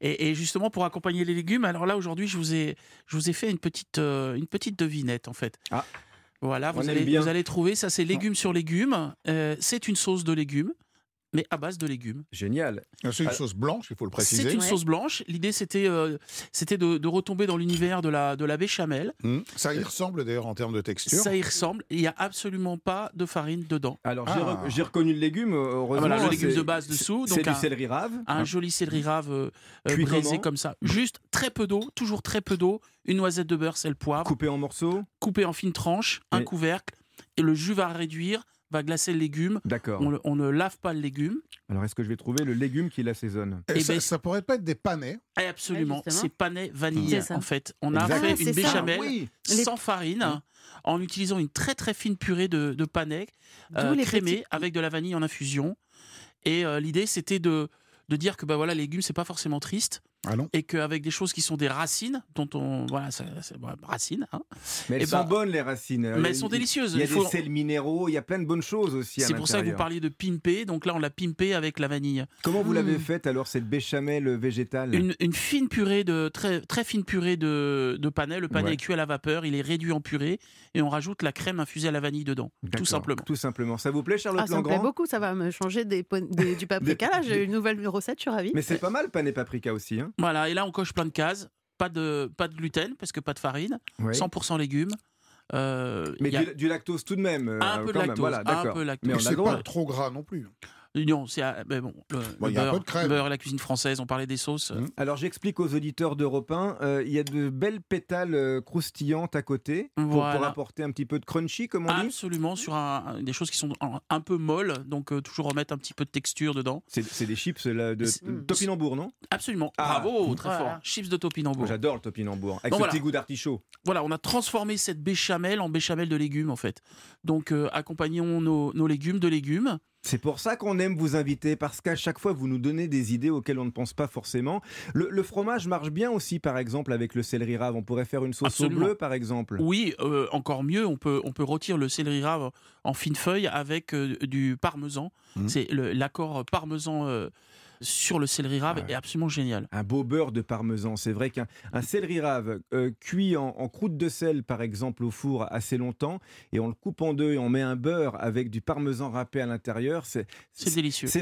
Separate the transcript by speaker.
Speaker 1: Et, et justement, pour accompagner les légumes, alors là, aujourd'hui, je, vous ai- je vous ai fait une petite, euh, une petite devinette, en fait.
Speaker 2: Ah.
Speaker 1: Voilà,
Speaker 2: On
Speaker 1: vous
Speaker 2: aime
Speaker 1: allez,
Speaker 2: bien.
Speaker 1: vous allez trouver, ça c'est légumes sur légumes. Euh, c'est une sauce de légumes, mais à base de légumes.
Speaker 2: Génial.
Speaker 3: C'est une
Speaker 2: Alors-
Speaker 3: sauce blanche, il faut le
Speaker 1: Euh, C'est
Speaker 3: préciser.
Speaker 1: une
Speaker 4: Ouais.
Speaker 1: sauce blanche. L'idée, c'était euh, c'était de, de retomber dans l'univers de la, de la béchamel.
Speaker 3: Hmm. Ça y ressemble d'ailleurs en termes de texture.
Speaker 1: Ça y ressemble. Il n'y a absolument pas de farine dedans.
Speaker 2: Alors, j'ai
Speaker 3: Ah.
Speaker 2: re- j'ai reconnu le légume, euh, heureusement.
Speaker 1: Ah, voilà, le
Speaker 2: c'est-
Speaker 1: légume de base dessous,
Speaker 2: C'est
Speaker 1: donc
Speaker 2: du
Speaker 1: un-
Speaker 2: céleri rave. hein,
Speaker 1: Un joli céleri rave euh, euh,
Speaker 2: Cuit
Speaker 1: braisé
Speaker 2: comment
Speaker 1: comme ça. Juste très peu d'eau, toujours très peu d'eau. Une noisette de beurre, sel, poivre.
Speaker 2: Coupé en morceaux.
Speaker 1: Coupé en fines tranches, un
Speaker 2: Mais-
Speaker 1: couvercle. Et le jus va réduire, va glacer le légume.
Speaker 2: D'accord.
Speaker 1: On, le- on ne lave pas le légume.
Speaker 2: Alors, est-ce que je vais trouver le légume qui l'assaisonne
Speaker 3: Et
Speaker 1: Eh
Speaker 3: ça,
Speaker 1: ben-
Speaker 3: ça pourrait pas être des panais.
Speaker 1: Et absolument,
Speaker 4: Ouais, justement.
Speaker 1: c'est panais vanille
Speaker 4: C'est ça.
Speaker 1: en fait. On a
Speaker 3: Exact.
Speaker 1: fait
Speaker 4: Ah,
Speaker 1: une
Speaker 4: c'est ça.
Speaker 1: béchamel
Speaker 3: Ah oui.
Speaker 4: Les-
Speaker 1: sans farine en utilisant une très très fine purée de, de panais
Speaker 4: D'où
Speaker 1: euh,
Speaker 4: les
Speaker 1: crémée
Speaker 4: petits-
Speaker 1: avec de la vanille en infusion. Et euh, l'idée c'était de, de dire que bah voilà, les légumes c'est pas forcément triste
Speaker 3: Ah non.
Speaker 1: et qu'avec des choses qui sont des racines, dont on voilà, ça, c'est bah, racines, hein,
Speaker 2: Mais elles
Speaker 1: Eh
Speaker 2: sont
Speaker 1: ben,
Speaker 2: bonnes, les racines. Euh, hein. Il y
Speaker 1: mais
Speaker 2: a-
Speaker 1: elles sont délicieuses.
Speaker 2: Il y a
Speaker 1: Il faut-
Speaker 2: des sels minéraux, il y a plein de bonnes choses aussi. à
Speaker 1: c'est pour ça que vous
Speaker 2: l'intérieur.
Speaker 1: parliez de pimper. Donc là, on l'a pimpé avec la vanille.
Speaker 2: Comment vous
Speaker 4: Mm.
Speaker 2: l'avez faite alors, cette béchamel euh, végétale
Speaker 1: Hmm. Une, une fine purée de très très fine purée de, de panais. Le panais
Speaker 2: Ouais.
Speaker 1: est cuit à la vapeur, il est réduit en purée et on rajoute la crème infusée à la vanille dedans, tout
Speaker 2: D'accord,
Speaker 1: simplement.
Speaker 2: Tout simplement. Ça vous plaît, Charlotte
Speaker 4: Ah, ça me plaît
Speaker 2: Langrand
Speaker 4: beaucoup, ça va me changer des, pon- des- du paprika. Là, j'ai une nouvelle recette, je suis ravie.
Speaker 2: Mais c'est pas mal, pané paprika aussi. Hein
Speaker 1: Voilà. Et là, on coche plein de cases. Pas de pas de gluten parce que pas de farine. 100% légumes. Euh,
Speaker 2: Mais
Speaker 1: il y a-
Speaker 2: du, du lactose tout de même. euh,
Speaker 1: Un peu de
Speaker 2: quand même.
Speaker 1: lactose,
Speaker 2: Voilà,
Speaker 1: un
Speaker 2: d'accord.
Speaker 1: peu de lactose.
Speaker 2: Mais
Speaker 3: Mais
Speaker 2: on a
Speaker 3: c'est
Speaker 2: le droit.
Speaker 3: pas trop gras non plus.
Speaker 1: Non, c'est ah, mais bon, le,
Speaker 3: Bon,
Speaker 1: le
Speaker 3: il y a un peu
Speaker 1: beurre,
Speaker 3: de crème.
Speaker 1: le beurre et la cuisine française, on parlait des sauces.
Speaker 3: Mm.
Speaker 2: Alors j'explique aux auditeurs d'Europe 1, euh, il y a de belles pétales euh, croustillantes à côté pour, pour
Speaker 1: Voilà.
Speaker 2: apporter un petit peu de crunchy, comme on dit.
Speaker 1: Absolument sur un- des choses qui sont un, un peu molles, donc euh, toujours remettre un petit peu de texture dedans.
Speaker 2: C'est c'est des chips euh, là, de
Speaker 1: C'est-
Speaker 2: de topinambour, non
Speaker 1: Absolument.
Speaker 2: Ah.
Speaker 1: Bravo, très
Speaker 4: Voilà.
Speaker 1: fort. Chips de topinambour.
Speaker 2: Moi, J'adore le topinambour, avec
Speaker 1: Bon,
Speaker 2: ce
Speaker 1: voilà.
Speaker 2: petit goût d'artichaut.
Speaker 1: Voilà, on a transformé cette béchamel en béchamel de légumes en fait. Donc euh, accompagnons nos, nos légumes de légumes.
Speaker 2: C'est pour ça qu'on aime vous inviter, parce qu'à chaque fois, vous nous donnez des idées auxquelles on ne pense pas forcément. Le, le fromage marche bien aussi, par exemple, avec le céleri rave. On pourrait faire une sauce
Speaker 1: Absolument.
Speaker 2: au bleu, par exemple.
Speaker 1: Oui, euh, encore mieux, on peut on peut rôtir le céleri rave en fines feuilles avec euh, du parmesan.
Speaker 3: Mm.
Speaker 1: C'est le- l'accord parmesan euh, sur le céleri rave
Speaker 2: Ouais.
Speaker 1: est absolument génial.
Speaker 2: Un beau beurre de parmesan, c'est vrai qu'un un céleri rave euh, cuit en, en croûte de sel, par exemple, au four assez longtemps, et on le coupe en deux et on met un beurre avec du parmesan râpé à l'intérieur, c'est
Speaker 1: C'est délicieux.
Speaker 2: c'est